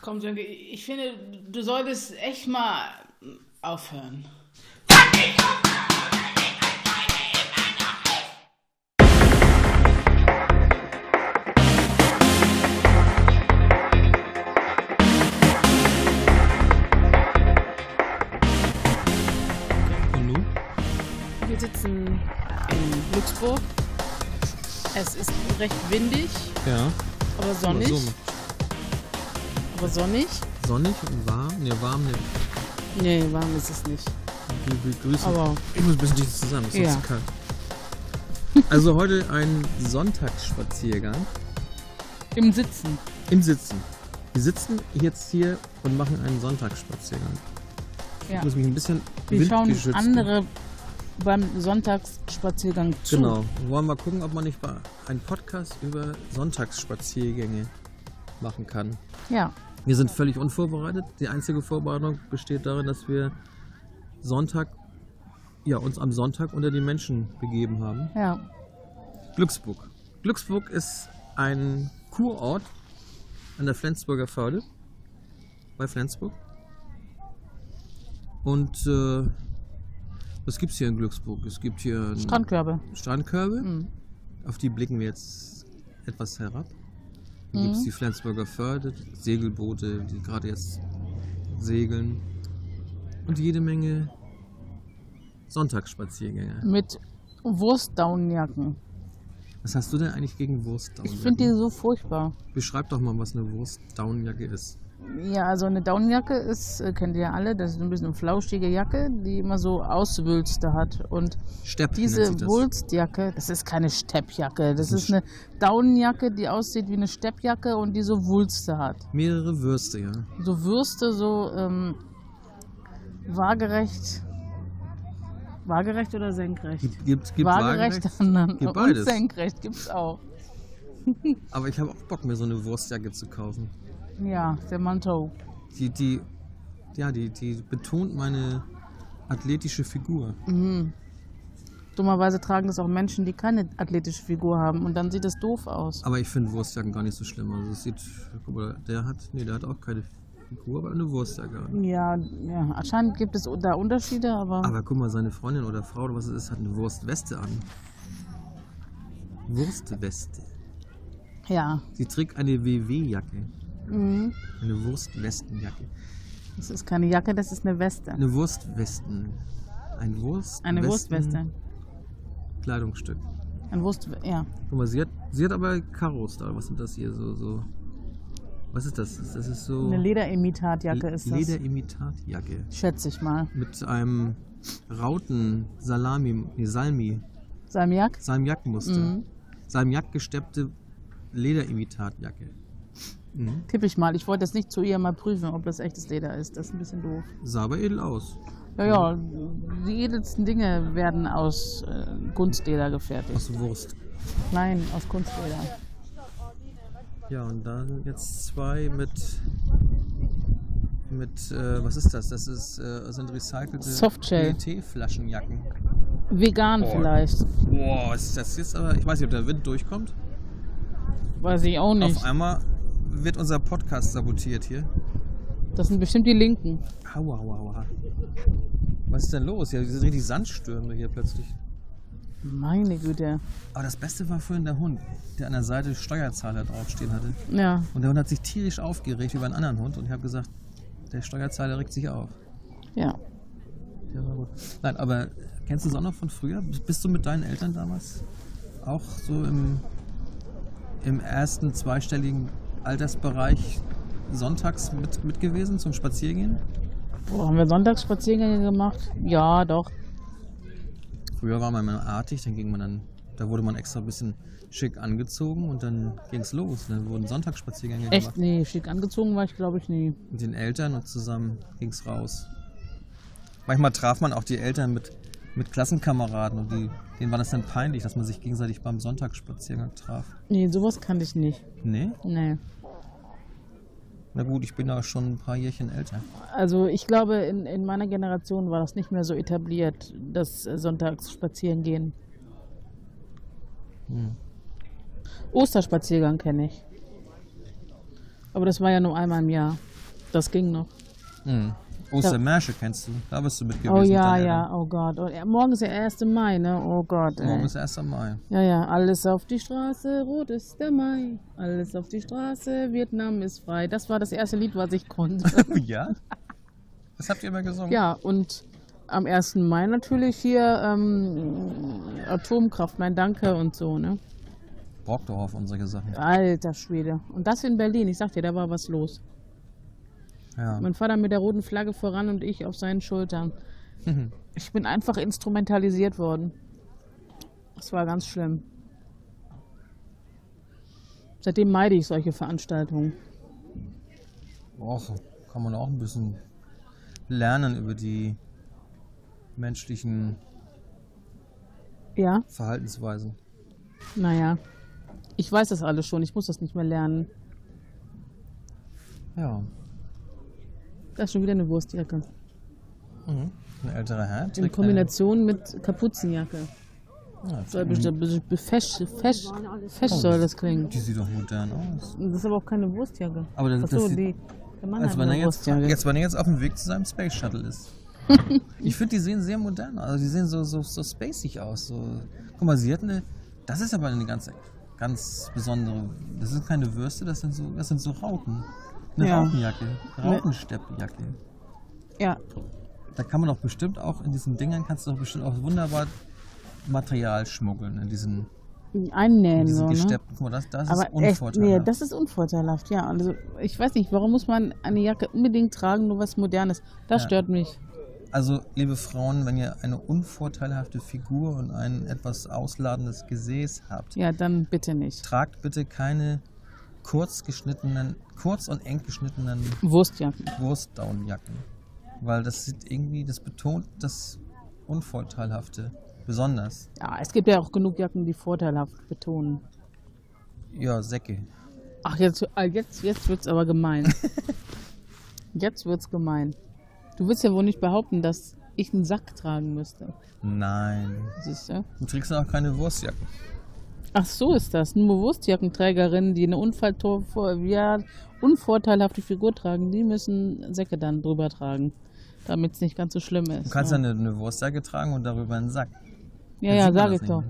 komm, Sönke, ich finde, du solltest echt mal aufhören. Und nun? Wir sitzen in Glücksburg. Es ist recht windig, Ja. aber sonnig. Mal so. Aber sonnig? Sonnig und warm. Ne, warm, ne. Nee, warm ist es nicht. Wir begrüßen. Aber Ich muss ein bisschen dicht zusammen, ist Ja. sonst zu kalt. Also heute ein Sonntagsspaziergang im Sitzen. im Sitzen. Wir sitzen jetzt hier und machen einen Sonntagsspaziergang. Ja. Ich muss mich ein bisschen Wir schauen windgeschützt andere beim Sonntagsspaziergang zu. Genau. Wir wollen mal gucken, ob man nicht mal einen Podcast über Sonntagsspaziergänge machen kann. Ja, Wir sind völlig unvorbereitet. Die einzige Vorbereitung besteht darin, dass wir Sonntag, ja, uns am Sonntag unter die Menschen begeben haben. ja. Glücksburg. Glücksburg ist ein Kurort an der Flensburger Förde bei Flensburg. Und äh, was gibt's hier in Glücksburg? Es gibt hier ein- Strandkörbe. Strandkörbe. Mhm. Auf die blicken wir jetzt etwas herab. Dann gibt Mhm. es die Flensburger Förde, die Segelboote, die gerade jetzt segeln. Und jede Menge Sonntagsspaziergänge. Mit Wurstdaunenjacken. Was hast du denn eigentlich gegen Ich finde die Wurstdaunenjacke? so furchtbar. Beschreib doch mal, was eine Wurstdaunenjacke ist. Ja, also eine Daunenjacke ist, äh, kennt ihr ja alle, das ist ein bisschen eine flauschige Jacke, die immer so Auswülste hat. Und Stepp nennt Diese sich das. Wulstjacke, das ist keine Steppjacke, das ist eine Daunenjacke, die aussieht wie eine Steppjacke und die so Wulste hat. Mehrere Würste, ja. So Würste, so ähm, waagerecht. Waagerecht oder senkrecht? Gibt, gibt, gibt waagerecht, waagerecht, anderen. Gibt und beides. senkrecht gibt's auch. Aber ich habe auch Bock, mir so eine Wurstjacke zu kaufen. Ja, der Manto. Die, die, ja, die, die betont meine athletische Figur. Dummerweise tragen das auch Menschen, die keine athletische Figur haben und dann sieht es doof aus. Aber ich finde Wurstjacken gar nicht so schlimm. Also es sieht, guck mal, der hat, nee, der hat auch keine Figur, aber eine Wurstjacke. an. Ja, ja, anscheinend gibt es da Unterschiede, aber Aber guck mal, seine Freundin oder Frau oder was es ist, hat eine Wurstweste an. Wurstweste. ja, Sie trägt eine WW-Jacke. mhm. Eine Wurstwestenjacke. das ist keine Jacke, das ist eine Weste. Eine Wurstwesten. Ein Wurst. Eine Wurstweste. Kleidungsstück. Ein Wurst, ja. Guck mal, sie hat, sie hat aber Karos da. Was sind das hier? So, so. Was ist das? Das ist so. Eine Lederimitatjacke ist das. Lederimitatjacke. Schätze ich mal. mit einem Rauten Salami, nee, Salmi, Salmiak? Salmiak-Muster. Mhm. Salmiak gesteppte Lederimitatjacke. Mhm. Tippe ich mal. Ich wollte das nicht zu ihr mal prüfen, ob das echtes Leder ist. Das ist ein bisschen doof. Sah aber edel aus. Ja, ja. Die edelsten Dinge werden aus äh, Kunstleder gefertigt. Aus Wurst. Nein, aus Kunstleder. Ja, und da sind jetzt zwei mit. Mit, äh, was ist das? Das ist, äh, sind recycelte Softshell. PET-Flaschenjacken. Vegan Boah. vielleicht. Boah, ist das jetzt aber. Ich weiß nicht, ob der Wind durchkommt. Weiß ich auch nicht. Auf einmal wird unser Podcast sabotiert hier. Das sind bestimmt die Linken. Aua, aua, aua. Was ist denn los? Ja, diese richtig Sandstürme hier plötzlich. Meine Güte. Aber das Beste war vorhin der Hund, der an der Seite Steuerzahler draufstehen hatte. Ja. Und der Hund hat sich tierisch aufgeregt über einen anderen Hund. Und ich habe gesagt, der Steuerzahler regt sich auf. Ja. Der war gut. Nein, aber kennst du es auch noch von früher? Bist du mit deinen Eltern damals auch so im, im ersten zweistelligen Altersbereich sonntags mit, mit gewesen zum Spaziergehen? Boah, haben wir Sonntagsspaziergänge gemacht? Ja, doch. Früher war man immer artig, dann ging man dann, da wurde man extra ein bisschen schick angezogen und dann ging's los. Dann wurden Sonntagsspaziergänge Echt? gemacht Nee, schick angezogen war ich, glaube ich, nie. mit den Eltern und zusammen ging's raus. Manchmal traf man auch die Eltern mit, mit Klassenkameraden und die, denen war das dann peinlich, dass man sich gegenseitig beim Sonntagsspaziergang traf. Nee, sowas kannte ich nicht. Nee? Nee. Na gut, ich bin da schon ein paar Jährchen älter. Also ich glaube, in, in meiner Generation war das nicht mehr so etabliert, das äh, Sonntagsspazierengehen. Osterspaziergang kenne ich. Aber das war ja nur einmal im Jahr. Das ging noch. Ostermärsche kennst du, da bist du mit gewesen. Mhm. Oh mit ja, deinen ja, Eltern. oh Gott. Und, äh, morgen ist der 1. Mai, ne? Oh Gott. Ey. Morgen ist 1. Mai. Ja, ja, alles auf die Straße, rot ist der Mai. Alles auf die Straße, Vietnam ist frei. Das war das erste Lied, was ich konnte. Oh ja? Das habt ihr immer gesungen? ja, und am 1. Mai natürlich hier ähm, Atomkraft, nein, danke und so, ne? Brockdorf, unsere Sachen. Alter Schwede. Und das in Berlin, ich sag dir, da war was los. Ja. Mein Vater mit der roten Flagge voran und ich auf seinen Schultern. Ich bin einfach instrumentalisiert worden. Das war ganz schlimm. Seitdem meide ich solche Veranstaltungen. Och, kann man auch ein bisschen lernen über die menschlichen Ja, Verhaltensweisen. naja. Ich weiß das alles schon, ich muss das nicht mehr lernen. Ja. Das ist schon wieder eine Wurstjacke. Ein älterer Herr. trägt Mhm. In eine- Kombination mit Kapuzenjacke. Ja, Soll bestimmt bestimmt fest, fest, fest soll das klingen. die sieht doch modern aus. Das ist aber auch keine Wurstjacke. Aber das- Ach so, das sieht- die, Ah, der Mann Als hat wenn er eine jetzt, Wurstjacke. jetzt, wenn er jetzt auf dem Weg zu seinem Space Shuttle ist. ich finde, die sehen sehr modern aus. Also die sehen so, so, so spacig aus. So. Guck mal, sie hat eine. Das ist aber eine ganz, ganz besondere. Das sind keine Würste, das sind so, das sind so Rauten. Eine Ja. Ne. Rautenjacke. Rautensteppjacke. Ja, Da kann man doch bestimmt auch in diesen Dingern kannst du doch bestimmt auch wunderbar Material schmuggeln in diesen, in einnähen diesen so, ne? gesteppten. Guck mal, das, das Aber ist echt, nee, unvorteilhaft. das ist unvorteilhaft, ja. Also ich weiß nicht, warum muss man eine Jacke unbedingt tragen, nur was Modernes? Das Ja. stört mich. also, liebe Frauen, wenn ihr eine unvorteilhafte Figur und ein etwas ausladendes Gesäß habt, Ja, dann bitte nicht. tragt bitte keine kurz geschnittenen, kurz und eng geschnittenen Wurstjacken. Wurstdownjacken. Weil das sieht irgendwie, das betont das Unvorteilhafte besonders. Ja, es gibt ja auch genug Jacken, die vorteilhaft betonen. Ja, Säcke. Ach, jetzt, ah, jetzt, jetzt wird's aber gemein. jetzt wird's gemein. Du willst ja wohl nicht behaupten, dass ich einen Sack tragen müsste. Nein. Siehst du? Du trägst ja auch keine Wurstjacke. Ach so ist das. Nur Wurstjackenträgerinnen, die eine Unfalltor vor- ja, unvorteilhafte Figur tragen, die müssen Säcke dann drüber tragen, damit es nicht ganz so schlimm ist. Du kannst ja ja, eine, eine Wurstjacke tragen und darüber einen Sack. ja, Dann ja sieht man sag das ich nicht. doch.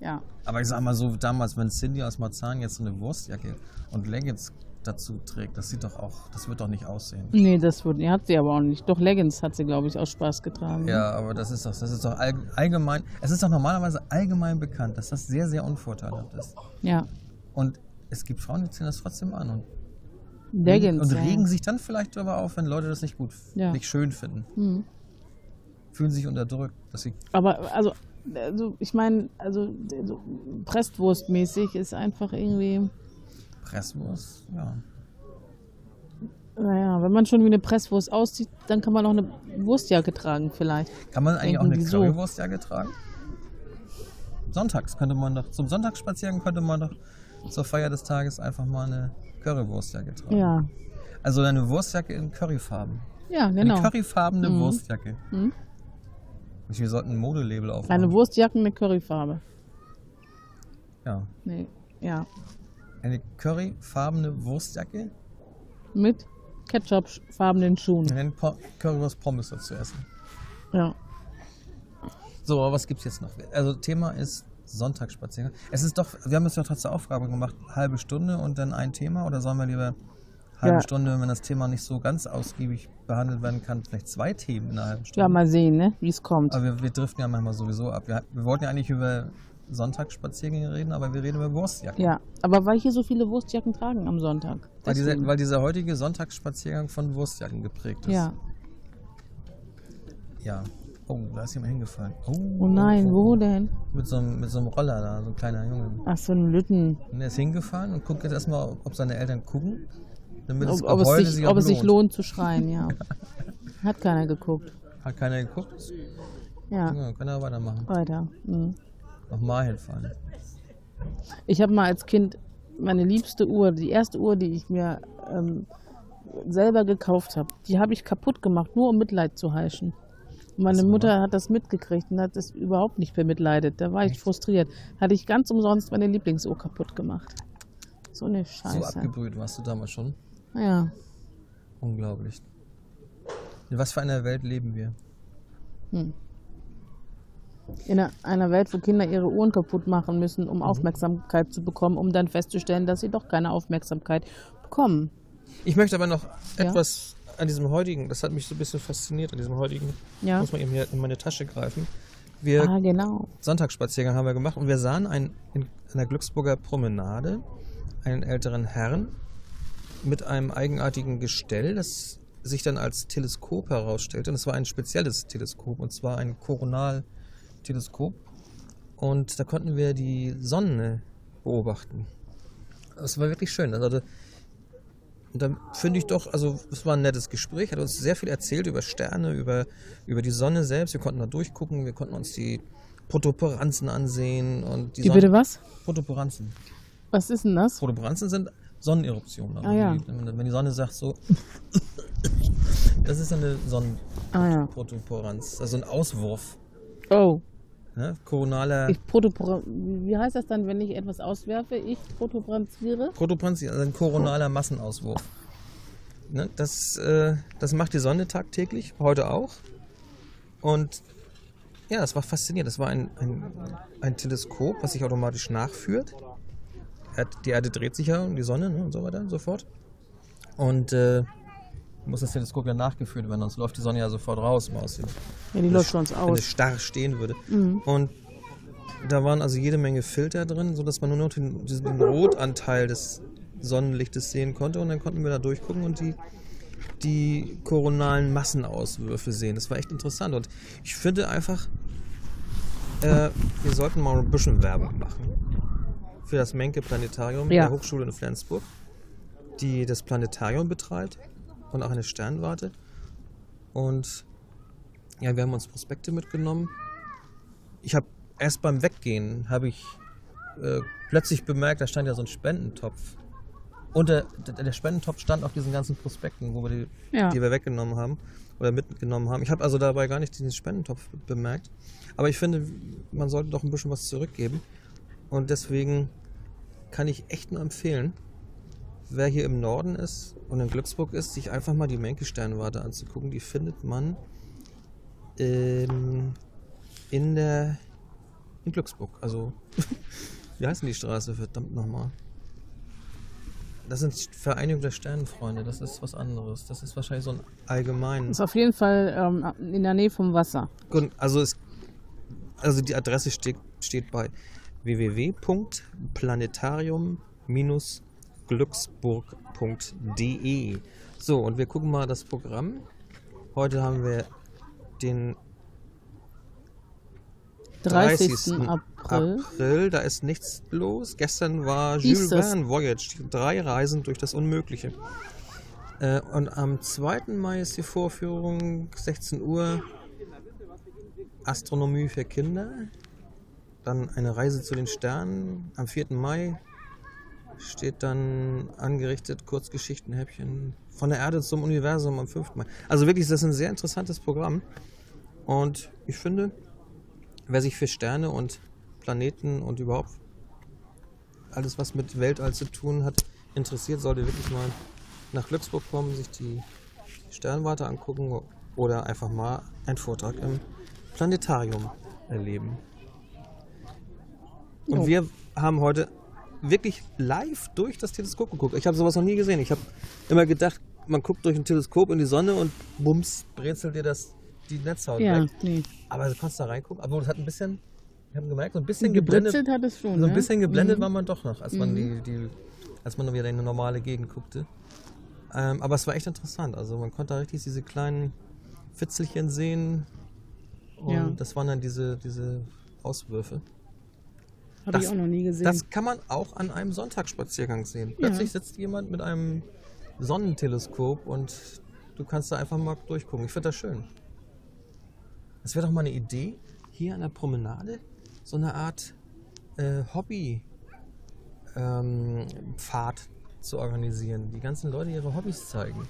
Ja. Aber ich sag mal so, damals, wenn Cindy aus Marzahn jetzt eine Wurstjacke und Leggings dazu trägt, das sieht doch auch, das wird doch nicht aussehen. Nee, das wurde, hat sie aber auch nicht. Doch Leggings hat sie, glaube ich, aus Spaß getragen. Ja, aber das ist doch, das ist doch all- allgemein, es ist doch normalerweise allgemein bekannt, dass das sehr, sehr unvorteilhaft ist. ja. Und es gibt Frauen, die ziehen das trotzdem an und, Leggings. und ja. regen sich dann vielleicht darüber auf, wenn Leute das nicht gut, Ja. nicht schön finden. Mhm. Fühlen sich unterdrückt. Dass sie, Aber also, also ich meine, also so Presswurstmäßig ist einfach irgendwie. Presswurst, ja. Naja, wenn man schon wie eine Presswurst aussieht, dann kann man auch eine Wurstjacke tragen vielleicht. Kann man eigentlich auch Denken eine die so. Currywurstjacke tragen? Sonntags könnte man doch, zum Sonntagsspaziergang könnte man doch zur Feier des Tages einfach mal eine Currywurstjacke tragen. Ja, Also eine Wurstjacke in Curryfarben. ja, genau. Eine curryfarbene Mhm. Wurstjacke. Mhm. Ich- Wir sollten ein Modelabel aufmachen. Eine Wurstjacke, eine Curryfarbe. ja. Nee, ja. Eine curryfarbene Wurstjacke Mit Ketchup-farbenen und Schuhen. dann po Currywurst Pommes dazu essen. Ja. So, aber was gibt's jetzt noch? Also Thema ist Sonntagsspaziergang. Es ist doch, wir haben es ja trotzdem zur Aufgabe gemacht, halbe Stunde und dann ein Thema oder sollen wir lieber halbe Ja. Stunde, wenn das Thema nicht so ganz ausgiebig behandelt werden kann, vielleicht zwei Themen in einer halben Stunde. Ja, mal sehen, ne? wie es kommt. Aber wir, wir driften ja manchmal sowieso ab. Wir, wir wollten ja eigentlich über Sonntagsspaziergänge reden, aber wir reden über Wurstjacken. Ja, aber weil hier so viele Wurstjacken tragen am Sonntag. Weil dieser, Deswegen. weil dieser heutige Sonntagsspaziergang von Wurstjacken geprägt ist. ja. Ja. Oh, da ist jemand hingefallen. Oh, Oh nein, wo denn? Mit so, einem, mit so einem Roller da, so ein kleiner Junge. Ach, so ein Lütten. Und der ist hingefallen und guckt jetzt erstmal, ob- ob seine Eltern gucken. Damit Ob, das ob, es Geheule sich, auch ob es sich lohnt zu schreien, ja. Hat keiner geguckt. Hat keiner geguckt. Ja, Ja, kann er weitermachen. weiter. Mhm. Nochmal hinfallen. Ich habe mal als Kind meine liebste Uhr, die erste Uhr, die ich mir ähm, selber gekauft habe, die habe ich kaputt gemacht, nur um Mitleid zu heischen. Und Meine Hast du Mutter hat das mitgekriegt und hat es überhaupt nicht bemitleidet. Da war ich frustriert. Hatte ich ganz umsonst meine Lieblingsuhr kaputt gemacht. So eine So Scheiße. abgebrüht warst du damals schon. ja. Unglaublich. In was für einer Welt leben wir? In einer- einer Welt, wo Kinder ihre Uhren kaputt machen müssen, Mhm. um Aufmerksamkeit zu bekommen, um dann festzustellen, dass sie doch keine Aufmerksamkeit bekommen. Ich möchte aber noch Ja. etwas an diesem heutigen, das hat mich so ein bisschen fasziniert, an diesem heutigen, Ja. muss man eben hier in meine Tasche greifen. Wir Ah, genau. Sonntagsspaziergang haben wir gemacht und wir sahen einen, in einer Glücksburger Promenade einen älteren Herrn mit einem eigenartigen Gestell, das sich dann als Teleskop herausstellte. Und es war ein spezielles Teleskop, und zwar ein Koronalteleskop. Und da konnten wir die Sonne beobachten. Es war wirklich schön. Also, da- und dann finde ich doch, also es war ein nettes Gespräch, hat uns sehr viel erzählt über Sterne, über, über die Sonne selbst. Wir konnten da durchgucken, wir konnten uns die Protuberanzen ansehen und die, Wie bitte was? Protuberanzen. Was ist denn das? Protuberanzen sind Sonneneruptionen. Also Ah, ja. die, wenn wenn die Sonne sagt so, das ist eine Ah ja. Sonnenprotuberanz, also ein Auswurf. Oh. Ne? Koronaler Ich protopro Wie heißt das dann, wenn ich etwas auswerfe? Ich protobranziere? Protuberanz, also ein koronaler Massenauswurf. Ne? Das, äh, das macht die Sonne tagtäglich, heute auch. Und ja, das war faszinierend. Das war ein, ein, ein Teleskop, was sich automatisch nachführt. Erd- Die Erde dreht sich ja um die Sonne ne? und so weiter und so fort. Und äh, muss das Teleskop ja nachgeführt werden, sonst läuft die Sonne ja sofort raus mal aus dem Ja, die wenn läuft es- schon uns Wenn es aus. Mhm. starr stehen würde. Und da waren also jede Menge Filter drin, sodass man nur noch den, diesen Rotanteil des Sonnenlichtes sehen konnte. Und dann konnten wir da durchgucken und die, die koronalen Massenauswürfe sehen. Das war echt interessant. Und ich finde einfach, äh, wir sollten mal ein bisschen Werbung machen. Für das Menke Planetarium Ja. der Hochschule in Flensburg, die das Planetarium betreibt und auch eine Sternwarte. Und ja, wir haben uns Prospekte mitgenommen. Ich habe erst beim Weggehen habe ich äh, plötzlich bemerkt, da stand ja so ein Spendentopf. Und der, der der Spendentopf stand auf diesen ganzen Prospekten, wo wir die, Ja. die wir weggenommen haben oder mitgenommen haben. Ich habe also dabei gar nicht diesen Spendentopf bemerkt. Aber ich finde, man sollte doch ein bisschen was zurückgeben. Und deswegen kann ich echt nur empfehlen, wer hier im Norden ist und in Glücksburg ist, sich einfach mal die Menke-Sternwarte anzugucken. Die findet man ähm, in der in Glücksburg. Also wie heißt denn die Straße? Verdammt nochmal. Das sind Vereinigung der Sternenfreunde. Das ist was anderes. Das ist wahrscheinlich so ein allgemein. Ist auf jeden Fall ähm, in der Nähe vom Wasser. Gut, also, es, also die Adresse steht, steht bei www.planetarium-glücksburg.de. So, und wir gucken mal das Programm. Heute haben wir den 30. 30. April. April, Da ist nichts los. Gestern war Hieß Jules das? Verne Voyage, die drei Reisen durch das Unmögliche. Äh, und am 2. Mai ist die Vorführung 16 Uhr Astronomie für Kinder. Dann eine Reise zu den Sternen. Am 4. Mai steht dann angerichtet Kurzgeschichtenhäppchen von der Erde zum Universum am 5. Mai. Also wirklich, das ist ein sehr interessantes Programm. Und ich finde, wer sich für Sterne und Planeten und überhaupt alles, was mit Weltall zu tun hat, interessiert, sollte wirklich mal nach Glücksburg kommen, sich die Sternwarte angucken oder einfach mal einen Vortrag im Planetarium erleben. Und Jo. wir haben heute wirklich live durch das Teleskop geguckt. Ich habe sowas noch nie gesehen. Ich habe immer gedacht, man guckt durch ein Teleskop in die Sonne und bums, brezelt dir das, die Netzhaut Ja, weg. nee. Aber du konntest da reingucken. Aber es hat ein bisschen, ich habe gemerkt, so ein bisschen geblendet, Gebritzelt hat es schon. so ein ne? bisschen geblendet Mhm. war man doch noch, als man die, die, als man wieder in eine normale Gegend guckte. Ähm, aber es war echt interessant. Also man konnte da richtig diese kleinen Fitzelchen sehen. Und Ja. das waren dann diese, diese Auswürfe. Hab ich das- auch noch nie gesehen. Das kann man auch an einem Sonntagsspaziergang sehen. Plötzlich sitzt jemand mit einem Sonnenteleskop und du kannst da einfach mal durchgucken. Ich finde das schön. Das wäre doch mal eine Idee, hier an der Promenade so eine Art äh, Hobby-Pfad zu organisieren. Die ganzen Leute ihre Hobbys zeigen.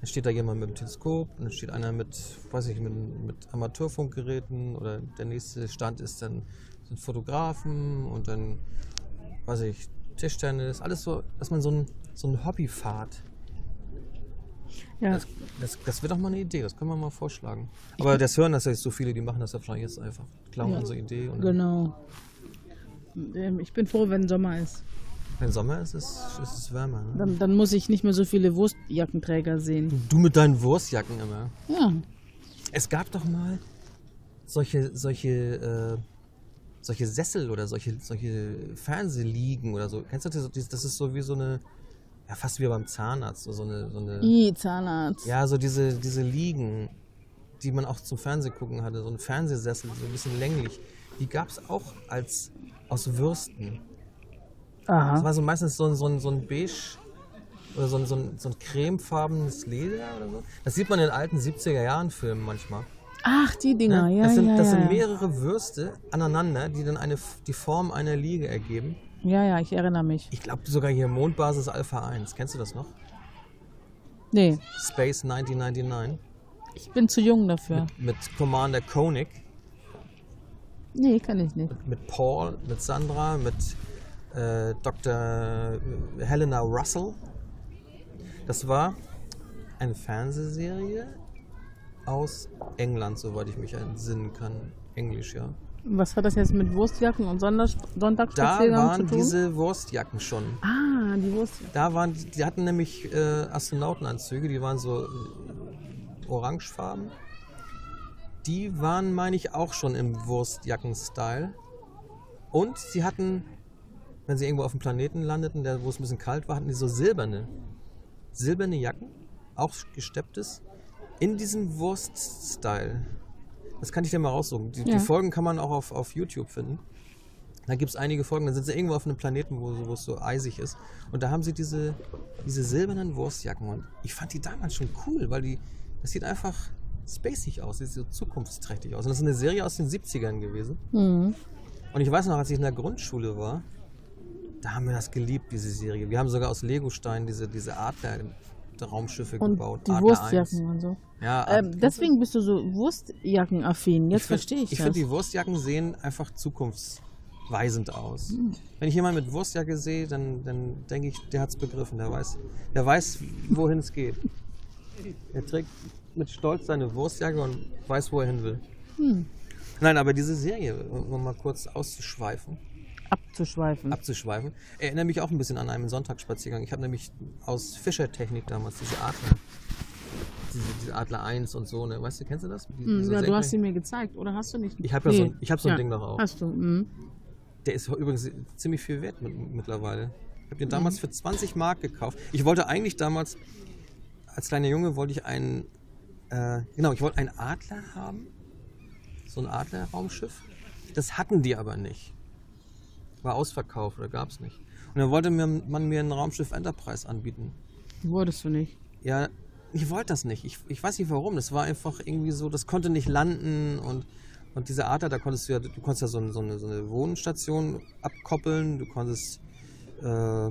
Dann steht da jemand mit dem Teleskop und dann steht einer mit, weiß ich, mit, mit Amateurfunkgeräten oder der nächste Stand ist dann sind Fotografen und dann weiß ich, Tischtennis, das ist alles so, dass man so ein, so ein Hobby fahrt. Ja. Das, das, das wird doch mal eine Idee, das können wir mal vorschlagen. Aber das hören das jetzt so viele, die machen das ja wahrscheinlich jetzt einfach. Klauen Ja. unsere Idee und Genau. Ähm, Ich bin froh, wenn Sommer ist. wenn Sommer ist, ist, ist es wärmer. Ne? Dann, dann muss ich nicht mehr so viele Wurstjackenträger sehen. Du mit deinen Wurstjacken immer. Ja, Es gab doch mal solche, solche, äh, solche Sessel oder solche, solche Fernsehliegen oder so. Kennst du das? Dieses- Das ist so wie so eine, ja fast wie beim Zahnarzt, so- so eine, so eine I, Zahnarzt. ja, so diese, diese Liegen, die man auch zum Fernsehgucken hatte, so ein Fernsehsessel, so ein bisschen länglich. Die gab es auch als, aus Würsten. Das Aha. war so meistens so ein, so ein, so ein beige oder so ein, so, ein, so ein cremefarbenes Leder oder so. Das sieht man in alten 70er-Jahren-Filmen manchmal. Ach, die Dinger, Ne? Ah, ja, das sind, ja, das ja. sind mehrere Würste aneinander, die dann eine, F- die Form einer Liege ergeben. ja, ja, ich erinnere mich. Ich glaube sogar hier Mondbasis Alpha 1. Kennst du das noch? Nee, Space 1999 ich bin zu jung dafür. mit Commander Koenig, Nee, kann ich nicht. mit Paul, mit Sandra, mit äh, Dr. Helena Russell. Das war eine Fernsehserie aus England, soweit ich mich entsinnen kann. Englisch, ja. Was hat das jetzt mit Wurstjacken und Sonders Da Sonntagsspaziergang zu waren tun? diese Wurstjacken schon. ah, die Wurstjacken. Da waren, die die hatten nämlich äh, Astronautenanzüge, die waren so äh, orangefarben. Die waren, meine ich, auch schon im Wurstjacken-Style. Und sie hatten, wenn sie irgendwo auf dem Planeten landeten, der, wo es ein bisschen kalt war, hatten die so silberne, silberne Jacken, auch gestepptes, in diesem Wurst-Style. Das kann ich dir mal raussuchen. Die, Ja. die Folgen kann man auch auf, auf YouTube finden. Da gibt es einige Folgen, dann sind sie irgendwo auf einem Planeten, wo so- wo es so eisig ist. Und da haben sie diese, diese silbernen Wurstjacken. Und ich fand die damals schon cool, weil die, das sieht einfach spacig aus, sieht so zukunftsträchtig aus. Und das ist eine Serie aus den 70ern gewesen. Mhm. Und ich weiß noch, als ich in der Grundschule war, da haben wir das geliebt, diese Serie. Wir haben sogar aus Legostein diese, diese Adler-Raumschiffe Und gebaut. die Adler 1. Wurstjacken und so. Ja, Ad- Ähm, deswegen bist du so Wurstjackenaffin. Jetzt find- verstehe ich, Ich das. finde, die Wurstjacken sehen einfach zukunftsweisend aus. Hm. Wenn ich jemanden mit Wurstjacke sehe, dann, dann denke ich, der hat es begriffen, der weiß, der weiß wohin es geht. Er trägt mit Stolz seine Wurstjacke und weiß, wo er hin will. Hm. Nein, aber diese Serie, um mal kurz auszuschweifen, Abzuschweifen. abzuschweifen, erinnert mich auch ein bisschen an einen Sonntagsspaziergang. Ich habe nämlich aus Fischertechnik damals diese Adler, diese, diese Adler 1 und so, ne? weißt du, kennst du das? Die- Mhm, diese ja, du senkrecht- hast sie mir gezeigt, oder hast du nicht? Ich hab ja so ein- ich hab so ein Ding noch auch. Hast du, mhm. Der ist übrigens ziemlich viel wert mit, mittlerweile. Ich habe den damals für 20 Mark gekauft. Ich wollte eigentlich damals, als kleiner Junge, wollte ich einen, äh, genau, ich wollte einen Adler haben. So ein Adlerraumschiff. Das hatten die aber nicht. War ausverkauft oder gab es nicht. Und dann wollte mir, man mir ein Raumschiff Enterprise anbieten. Wurdest du nicht. Ja, ich wollte das nicht. Ich, ich weiß nicht warum. Das war einfach irgendwie so, das konnte nicht landen und, und diese Art, da konntest du ja, du konntest ja so, eine- so, eine, so eine Wohnstation abkoppeln, du konntest äh,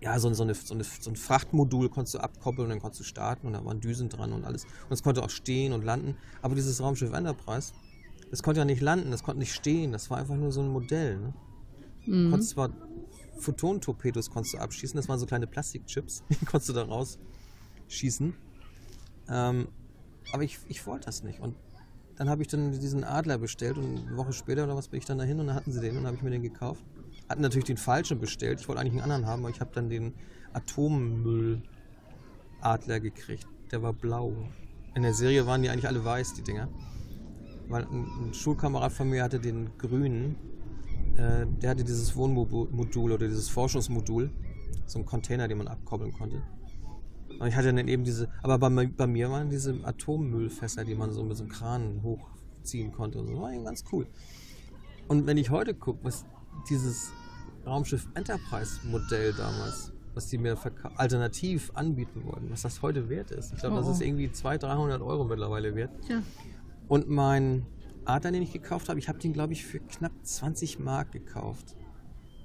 ja, so, so, eine, so, eine, so ein Frachtmodul konntest du abkoppeln und dann konntest du starten und da waren Düsen dran und alles. Und es konnte auch stehen und landen. Aber dieses Raumschiff Enterprise, das konnte ja nicht landen, das konnte nicht stehen, das war einfach nur so ein Modell. Ne? Du konntest zwar Photonentorpedos konntest du abschießen, das waren so kleine Plastikchips, die konntest du da rausschießen. Ähm, aber ich, ich wollte das nicht. Und dann habe ich dann diesen Adler bestellt und eine Woche später oder was bin ich dann dahin und dann hatten sie den und dann habe ich mir den gekauft. Hatten natürlich den falschen bestellt. Ich wollte eigentlich einen anderen haben, aber ich habe dann den Atommülladler gekriegt. Der war blau. In der Serie waren die eigentlich alle weiß, die Dinger. Weil ein, ein Schulkamerad von mir hatte den grünen. Äh, der hatte dieses Wohnmodul oder dieses Forschungsmodul. So ein Container, den man abkoppeln konnte. Und ich hatte dann eben diese, aber bei, mi- bei mir waren diese Atommüllfässer, die man so mit so einem Kran hochziehen konnte. Und so. War eben ganz cool. Und wenn ich heute gucke, was dieses Raumschiff Enterprise-Modell damals, was die mir verka- alternativ anbieten wollten, was das heute wert ist. Ich glaube, Oh, das ist oh. irgendwie 200, 300 Euro mittlerweile wert. Tja. Und mein Adler, den ich gekauft habe, ich habe den, glaube ich, für knapp 20 Mark gekauft.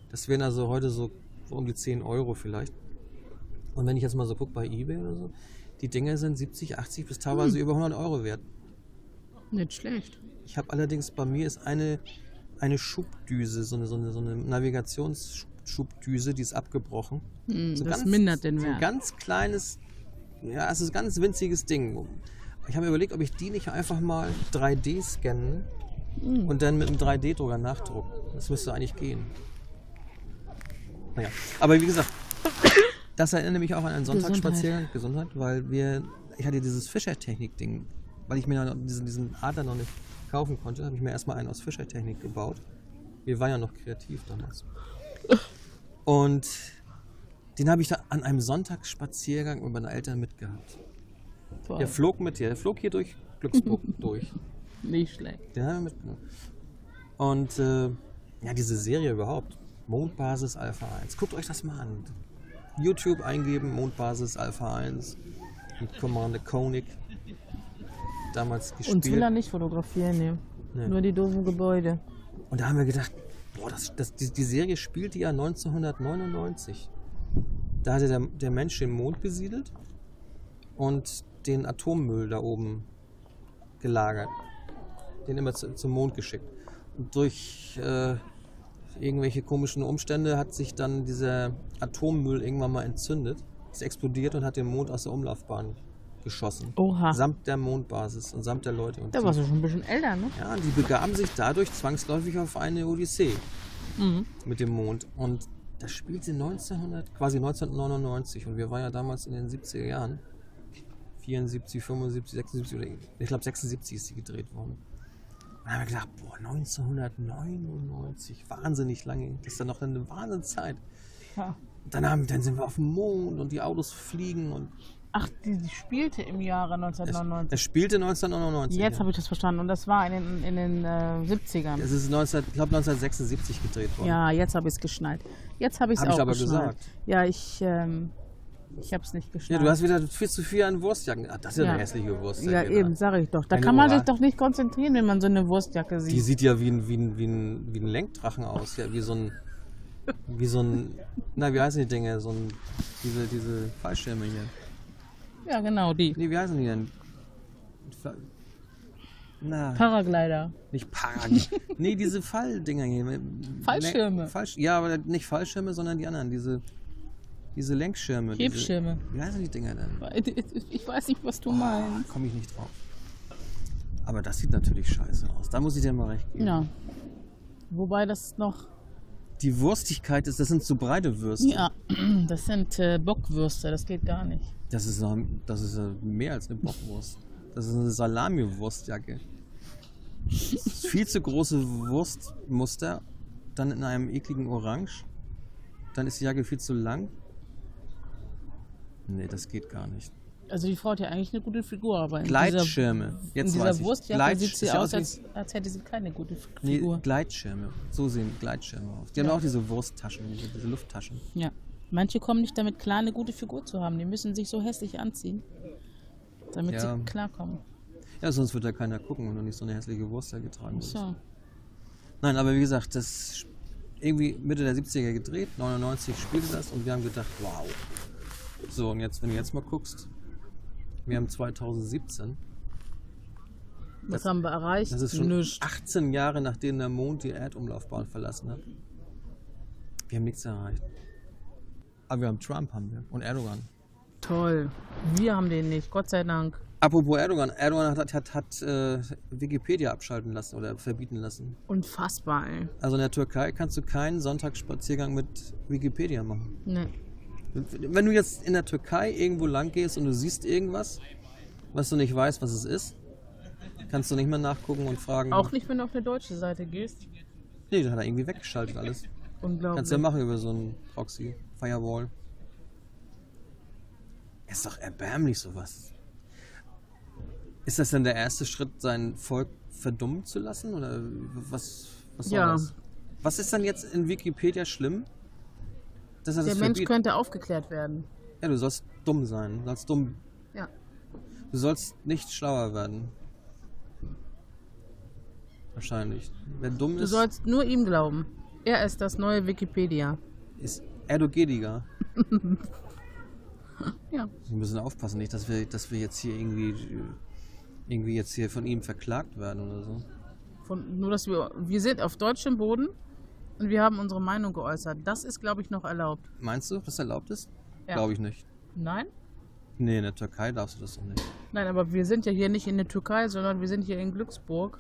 Das wären also heute so um die 10 Euro vielleicht. Und wenn ich jetzt mal so gucke bei Ebay oder so, die Dinger sind 70, 80 bis teilweise über 100 Euro wert. Nicht schlecht. Ich habe allerdings bei mir ist eine, eine Schubdüse, so eine, so eine, so eine Navigationsschubdüse Schubdüse, die ist abgebrochen. so Mhm, das mindert den so Ein Wert. ganz kleines, ja, es ist ein ganz winziges Ding. Ich habe mir überlegt, ob ich die nicht einfach mal 3D scannen Mhm. und dann mit einem 3D-Drucker nachdrucken. Das müsste eigentlich gehen. Naja, aber wie gesagt, das erinnert mich auch an einen Sonntagsspaziergang, Gesundheit, weil wir, ich hatte dieses Fischertechnik-Ding, weil ich mir noch diesen, diesen Adler noch nicht kaufen konnte, habe ich mir erstmal einen aus Fischertechnik gebaut. Wir waren ja noch kreativ damals. Und den habe ich da an einem Sonntagsspaziergang mit meinen Eltern mitgehabt. Boah, Der flog mit hier, der flog hier durch Glücksburg durch. nicht schlecht. Den haben wir mitgenommen. genau. Und äh, ja, diese Serie überhaupt. Mondbasis Alpha 1. Guckt euch das mal an. YouTube eingeben, Mondbasis Alpha 1. Mit Commander Koenig. Damals Uns will er gespielt. nicht fotografieren, ne? Nee. Nur die doofen Gebäude. Und da haben wir gedacht, boah, das, das, die, die Serie spielte ja 1999. Da hatte der, der Mensch den Mond besiedelt und den Atommüll da oben gelagert. Den immer zu, zum Mond geschickt. Und durch äh, irgendwelche komischen Umstände hat sich dann dieser Atommüll irgendwann mal entzündet. Es explodiert und hat den Mond aus der Umlaufbahn geschossen. Oha. Samt der Mondbasis und samt der Leute. Und Da die- warst du schon ein bisschen älter, ne? ja, die begaben sich dadurch zwangsläufig auf eine Odyssee Mhm. mit dem Mond. Und das spielte 1900, quasi 1999. Und wir waren ja damals in den 70er Jahren. 74, 75, 76 oder ich glaube 76 ist sie gedreht worden. Und dann haben wir gedacht, boah, 1999, wahnsinnig lange. Das ist dann noch eine Wahnsinnszeit. Ja. Dann, haben, dann sind wir auf dem Mond und die Autos fliegen und Ach, die, die spielte im Jahre es, 1999. es spielte 1999. Jetzt ja. habe ich das verstanden. Und das war in den, in den äh, 70ern. es ist 19, ich glaube 1976 gedreht worden. Ja, jetzt habe ich es geschnallt. Jetzt habe ich es Hab ich auch aber geschnallt. gesagt. Ja, ich, ähm, ich habe es nicht Ja, geschnallt. du hast wieder viel zu viel an Wurstjacken. Ah, das ist ja, Ja. eine hässliche Wurstjacke. ne? ja da. eben, sage ich doch. Da Eine kann man Oral- sich doch nicht konzentrieren, wenn man so eine Wurstjacke Die sieht. sieht ja wie ein, wie ein, wie ein, wie ein Lenkdrachen aus. Ja, wie so ein. Wie so ein. Na, wie heißen die Dinge? So ein. Diese, diese Fallschirme hier. Ja, genau, die. Nee, wie heißen die denn? Fa- Na, Paraglider. nicht Paragen. nee, diese Falldinger hier. mit- Fallschirme. Lenk- Fallsch ja, aber nicht Fallschirme, sondern die anderen. Diese. Diese Lenkschirme. diese- Hebschirme. Wie heißen die Dinger denn? Ich weiß nicht, was du Ah, meinst. Komme ich nicht drauf. Aber das sieht natürlich scheiße aus. Da muss ich dir mal recht geben. Ja. Wobei das noch. Die Wurstigkeit ist, das sind so breite Würste. Ja, das sind äh, Bockwürste, das geht gar nicht. Das ist, noch, das ist ja mehr als eine Bockwurst. Das ist eine Salami-Wurstjacke. Das ist Viel zu große Wurstmuster, dann in einem ekligen Orange. Dann ist die Jacke viel zu lang. Nee, das geht gar nicht. Also die Frau hat ja eigentlich eine gute Figur, aber in dieser, Gleitschirme. in Jetzt dieser weiß ich. Wurstjacke Gleit- sieht sie ist ja aus, wie- als, als hätte sie keine gute F- Nee, Figur. Gleitschirme. So sehen Gleitschirme aus. Die haben Ja. auch diese Wursttaschen, diese diese Lufttaschen. ja. Manche kommen nicht damit klar, eine gute Figur zu haben. Die müssen sich so hässlich anziehen, damit Ja. sie klarkommen. Ja, sonst wird da keiner gucken, wenn du nicht so eine hässliche Wurst da getragen hast. So. Nein, aber wie gesagt, das sp- irgendwie Mitte der 70er gedreht, 99 spielte das und wir haben gedacht, wow. So, und jetzt, wenn du jetzt mal guckst, wir haben 2017. Was haben wir erreicht? Das ist schon Nichts. 18 Jahre, nachdem der Mond die Erdumlaufbahn verlassen hat. Wir haben nichts erreicht. Aber wir haben Trump, haben wir. Und Erdogan. Toll. Wir haben den nicht, Gott sei Dank. Apropos Erdogan. Erdogan hat, hat, hat äh, Wikipedia abschalten lassen oder verbieten lassen. Unfassbar, ey. Also in der Türkei kannst du keinen Sonntagsspaziergang mit Wikipedia machen. Nee. Wenn du jetzt in der Türkei irgendwo lang gehst und du siehst irgendwas, was du nicht weißt, was es ist, kannst du nicht mehr nachgucken und fragen. Auch nicht, wenn du auf eine deutsche Seite gehst. Nee, das hat er irgendwie weggeschaltet alles. Unglaublich. Kannst du ja machen über so einen Proxy, Firewall. Ist doch erbärmlich sowas. Ist das denn der erste Schritt, sein Volk verdummen zu lassen? Oder was, was soll Ja. das? Was ist denn jetzt in Wikipedia schlimm? Dass er Der das Mensch verbietet? könnte aufgeklärt werden. Ja, du sollst dumm sein. Du sollst dumm Ja. Du sollst nicht schlauer werden. Wahrscheinlich. Wer dumm Du ist, sollst nur ihm glauben. Er ist das neue Wikipedia. ist Erdogediger. Ja. Wir müssen aufpassen, nicht, dass wir, dass wir jetzt hier irgendwie, irgendwie jetzt hier von ihm verklagt werden oder so. Von, nur, dass wir, wir sind auf deutschem Boden Und wir haben unsere Meinung geäußert. Das ist, glaube ich, noch erlaubt. Meinst du, dass das erlaubt ist? Ja. Glaube ich nicht. Nein? Nee, in der Türkei darfst du das doch nicht. Nein, aber wir sind ja hier nicht in der Türkei, sondern wir sind hier in Glücksburg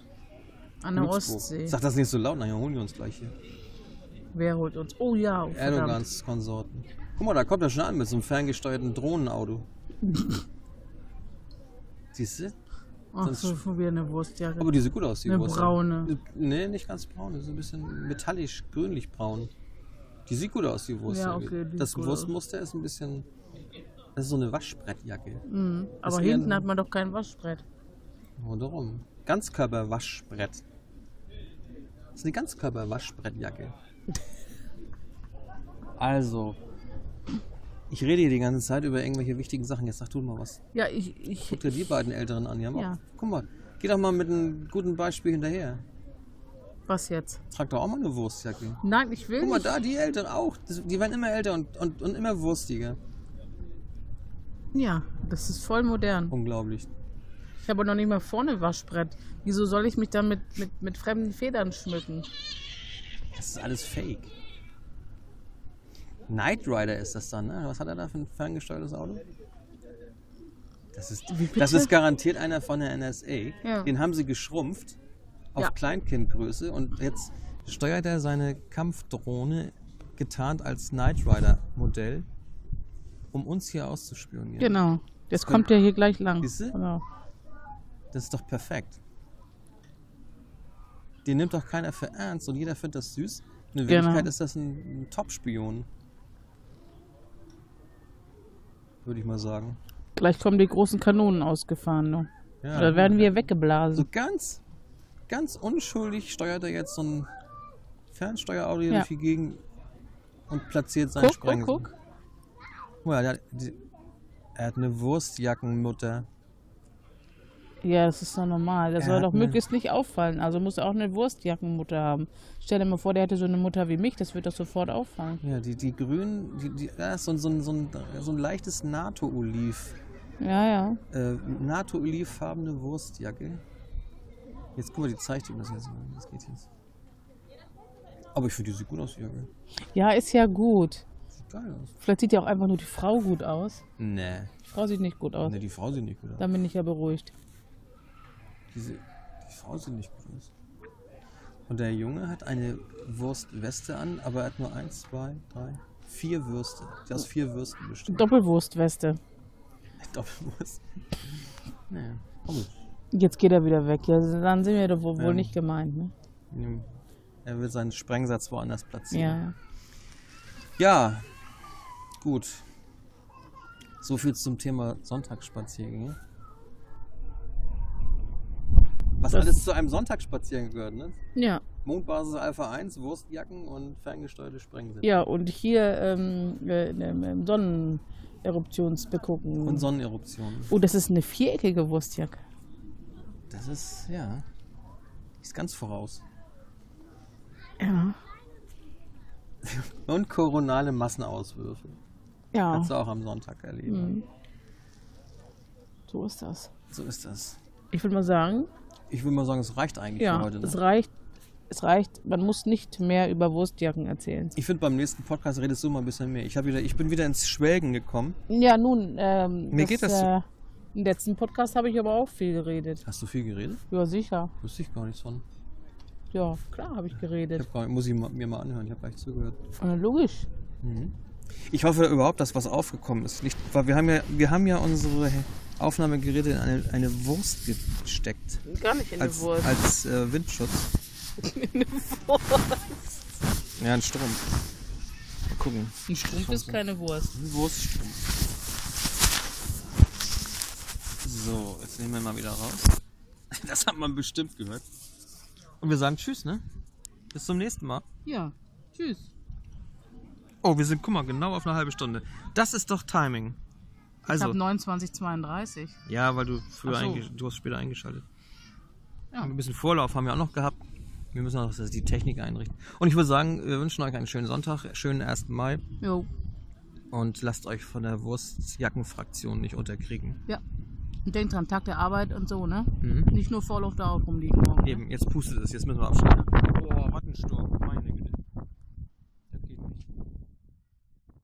an der Glücksburg. Ostsee. Sag das nicht so laut, nachher holen die uns gleich hier. Wer holt uns? Oh ja, oh, verdammt. Erdogans Konsorten. Guck mal, da kommt er schon an mit so einem ferngesteuerten Drohnenauto. Siehst du? Ach, sonst- so schon wieder eine Wurstjacke. Aber die sieht gut aus, die Eine Wurst. braune. Nee, nicht ganz braun, die ist ein bisschen metallisch, grünlich-braun. Die sieht gut aus, die Wurst. Ja, okay, die das sieht gut Wurstmuster ist ein bisschen. Das ist so eine Waschbrettjacke. Mhm. Das aber ist eher hinten ein- hat man doch kein Waschbrett. Mhm. Und darum. Ganzkörper-Waschbrett. Das ist eine Ganzkörper-Waschbrettjacke. also. Ich rede hier die ganze Zeit über irgendwelche wichtigen Sachen. Jetzt sag du mal was. Ja, ich, ich, Guck dir die beiden Älteren an. Die haben Ja. auch, guck mal, geh doch mal mit einem guten Beispiel hinterher. was jetzt? Trag doch auch mal eine Wurstjacke. Nein, ich will Guck mal nicht. da, die Eltern auch. Das, die werden immer älter und, und, und immer wurstiger. Ja, das ist voll modern. Unglaublich. Ich habe noch nicht mal vorne Waschbrett. Wieso soll ich mich dann mit, mit, mit fremden Federn schmücken? Das ist alles fake. Knight Rider ist das dann, ne? Was hat er da für ein ferngesteuertes Auto? Das ist, Wie bitte? das ist garantiert einer von der NSA. Ja. Den haben sie geschrumpft auf Ja. Kleinkindgröße und jetzt steuert er seine Kampfdrohne getarnt als Knight Rider Modell, um uns hier auszuspionieren. Genau. Jetzt kommt- kommt der hier gleich lang. Siehst du? Genau. Das ist doch perfekt. Den nimmt doch keiner für ernst und jeder findet das süß. Und in Genau. Wirklichkeit ist das ein, ein Top-Spion. Würde ich mal sagen. Gleich kommen die großen Kanonen ausgefahren. Ne? Ja. da werden wir So weggeblasen. ganz, ganz unschuldig steuert er jetzt so ein Fernsteuerauto hier Ja. durch die Gegend und platziert seinen Guck, guck, Sprengsel. guck. Guck mal, der hat- die- er hat eine Wurstjackenmutter. Ja, das ist doch normal. Der Er soll hat doch eine- möglichst nicht auffallen. Also muss er auch eine Wurstjackenmutter haben. Stell dir mal vor, der hätte so eine Mutter wie mich. Das wird doch sofort auffallen. Ja, die, die grünen, die, die, da ist so, ein- so, ein- so, ein, so ein leichtes NATO-Oliv. Ja, ja. äh, NATO-olivfarbene Wurstjacke. Jetzt guck mal, die zeigt ihm das jetzt. mal. Das geht jetzt. Aber ich finde, die sieht gut aus, die Jacke. Ja, ist ja gut. Sieht geil aus. Vielleicht sieht ja auch einfach nur die Frau gut aus. Nee. Die Frau sieht nicht gut aus. Nee, die Frau sieht nicht gut aus. Dann bin ich ja beruhigt. Diese, die Frau sieht nicht gut aus. Und der Junge hat eine Wurstweste an, aber er hat nur eins, zwei, drei, vier Würste. Die aus vier Würsten bestimmt. Doppelwurstweste. Doppelwurst. Nee. Komisch. Jetzt geht er wieder weg. Ja, also dann sind wir doch wohl, Ja. wohl nicht gemeint. Ne? Er will seinen Sprengsatz woanders platzieren. Ja. Ja, gut. So viel zum Thema Sonntagsspaziergänge. Was Das- alles zu einem Sonntagsspaziergang gehört, ne? Ja. Mondbasis Alpha 1, Wurstjacken und ferngesteuerte Sprengsätze. Ja, und hier ähm, äh, in dem- im Sonneneruptionsbegucken. Und Sonneneruptionen. oh, das ist eine viereckige Wurstjacke. Das ist, ja. Ist ganz voraus. Ja. Und koronale Massenauswürfe. Ja, Mhm. Kannst du auch am Sonntag erleben. so ist das. So ist das. Ich würde mal sagen, Ich würde mal sagen, es reicht eigentlich ja, für heute. es Ne? reicht. Es reicht, man muss nicht mehr über Wurstjacken erzählen. Ich finde, beim nächsten Podcast redest du mal ein bisschen mehr. Ich, hab wieder, ich bin wieder ins Schwelgen gekommen. Ja, nun, ähm, Mir geht das so. äh, im letzten Podcast habe ich aber auch viel geredet. Hast du viel geredet? Ja, sicher. Wusste ich gar nichts von. Ja, klar habe ich Ich geredet. hab gar nicht, muss ich ma- mir mal anhören, ich habe gleich zugehört. Äh, logisch. Ich hoffe überhaupt, dass was aufgekommen ist. Nicht, weil wir, haben ja, wir haben ja unsere Aufnahmegeräte in eine, eine Wurst gesteckt. Gar nicht in Als, als äh, Windschutz. Ja, ein Strumpf. Mal gucken. Ein Strumpf ist keine Wurst. Ein Wurststrumpf. So, jetzt nehmen wir mal wieder raus. Das hat man bestimmt gehört. Und wir sagen Tschüss, ne? Bis zum nächsten Mal. Ja, tschüss. Oh, wir sind, guck mal, genau auf eine halbe Stunde. Das ist doch Timing. Ich Also, habe 29,32. ja, weil du früher Ach so. eingesch- du hast später eingeschaltet. Ja. Ein bisschen Vorlauf haben wir auch noch gehabt. Wir müssen auch die Technik einrichten. Und ich würde sagen, wir wünschen euch einen schönen Sonntag, schönen 1. Mai Jo, und lasst euch von der Wurstjackenfraktion nicht unterkriegen. ja. Und denkt dran, Tag der Arbeit und so, ne? Mhm. Nicht nur voll auf der Haut rumliegen. morgen, ne? Eben, jetzt pustet es, jetzt müssen wir abschalten. Oh, Wattensturm.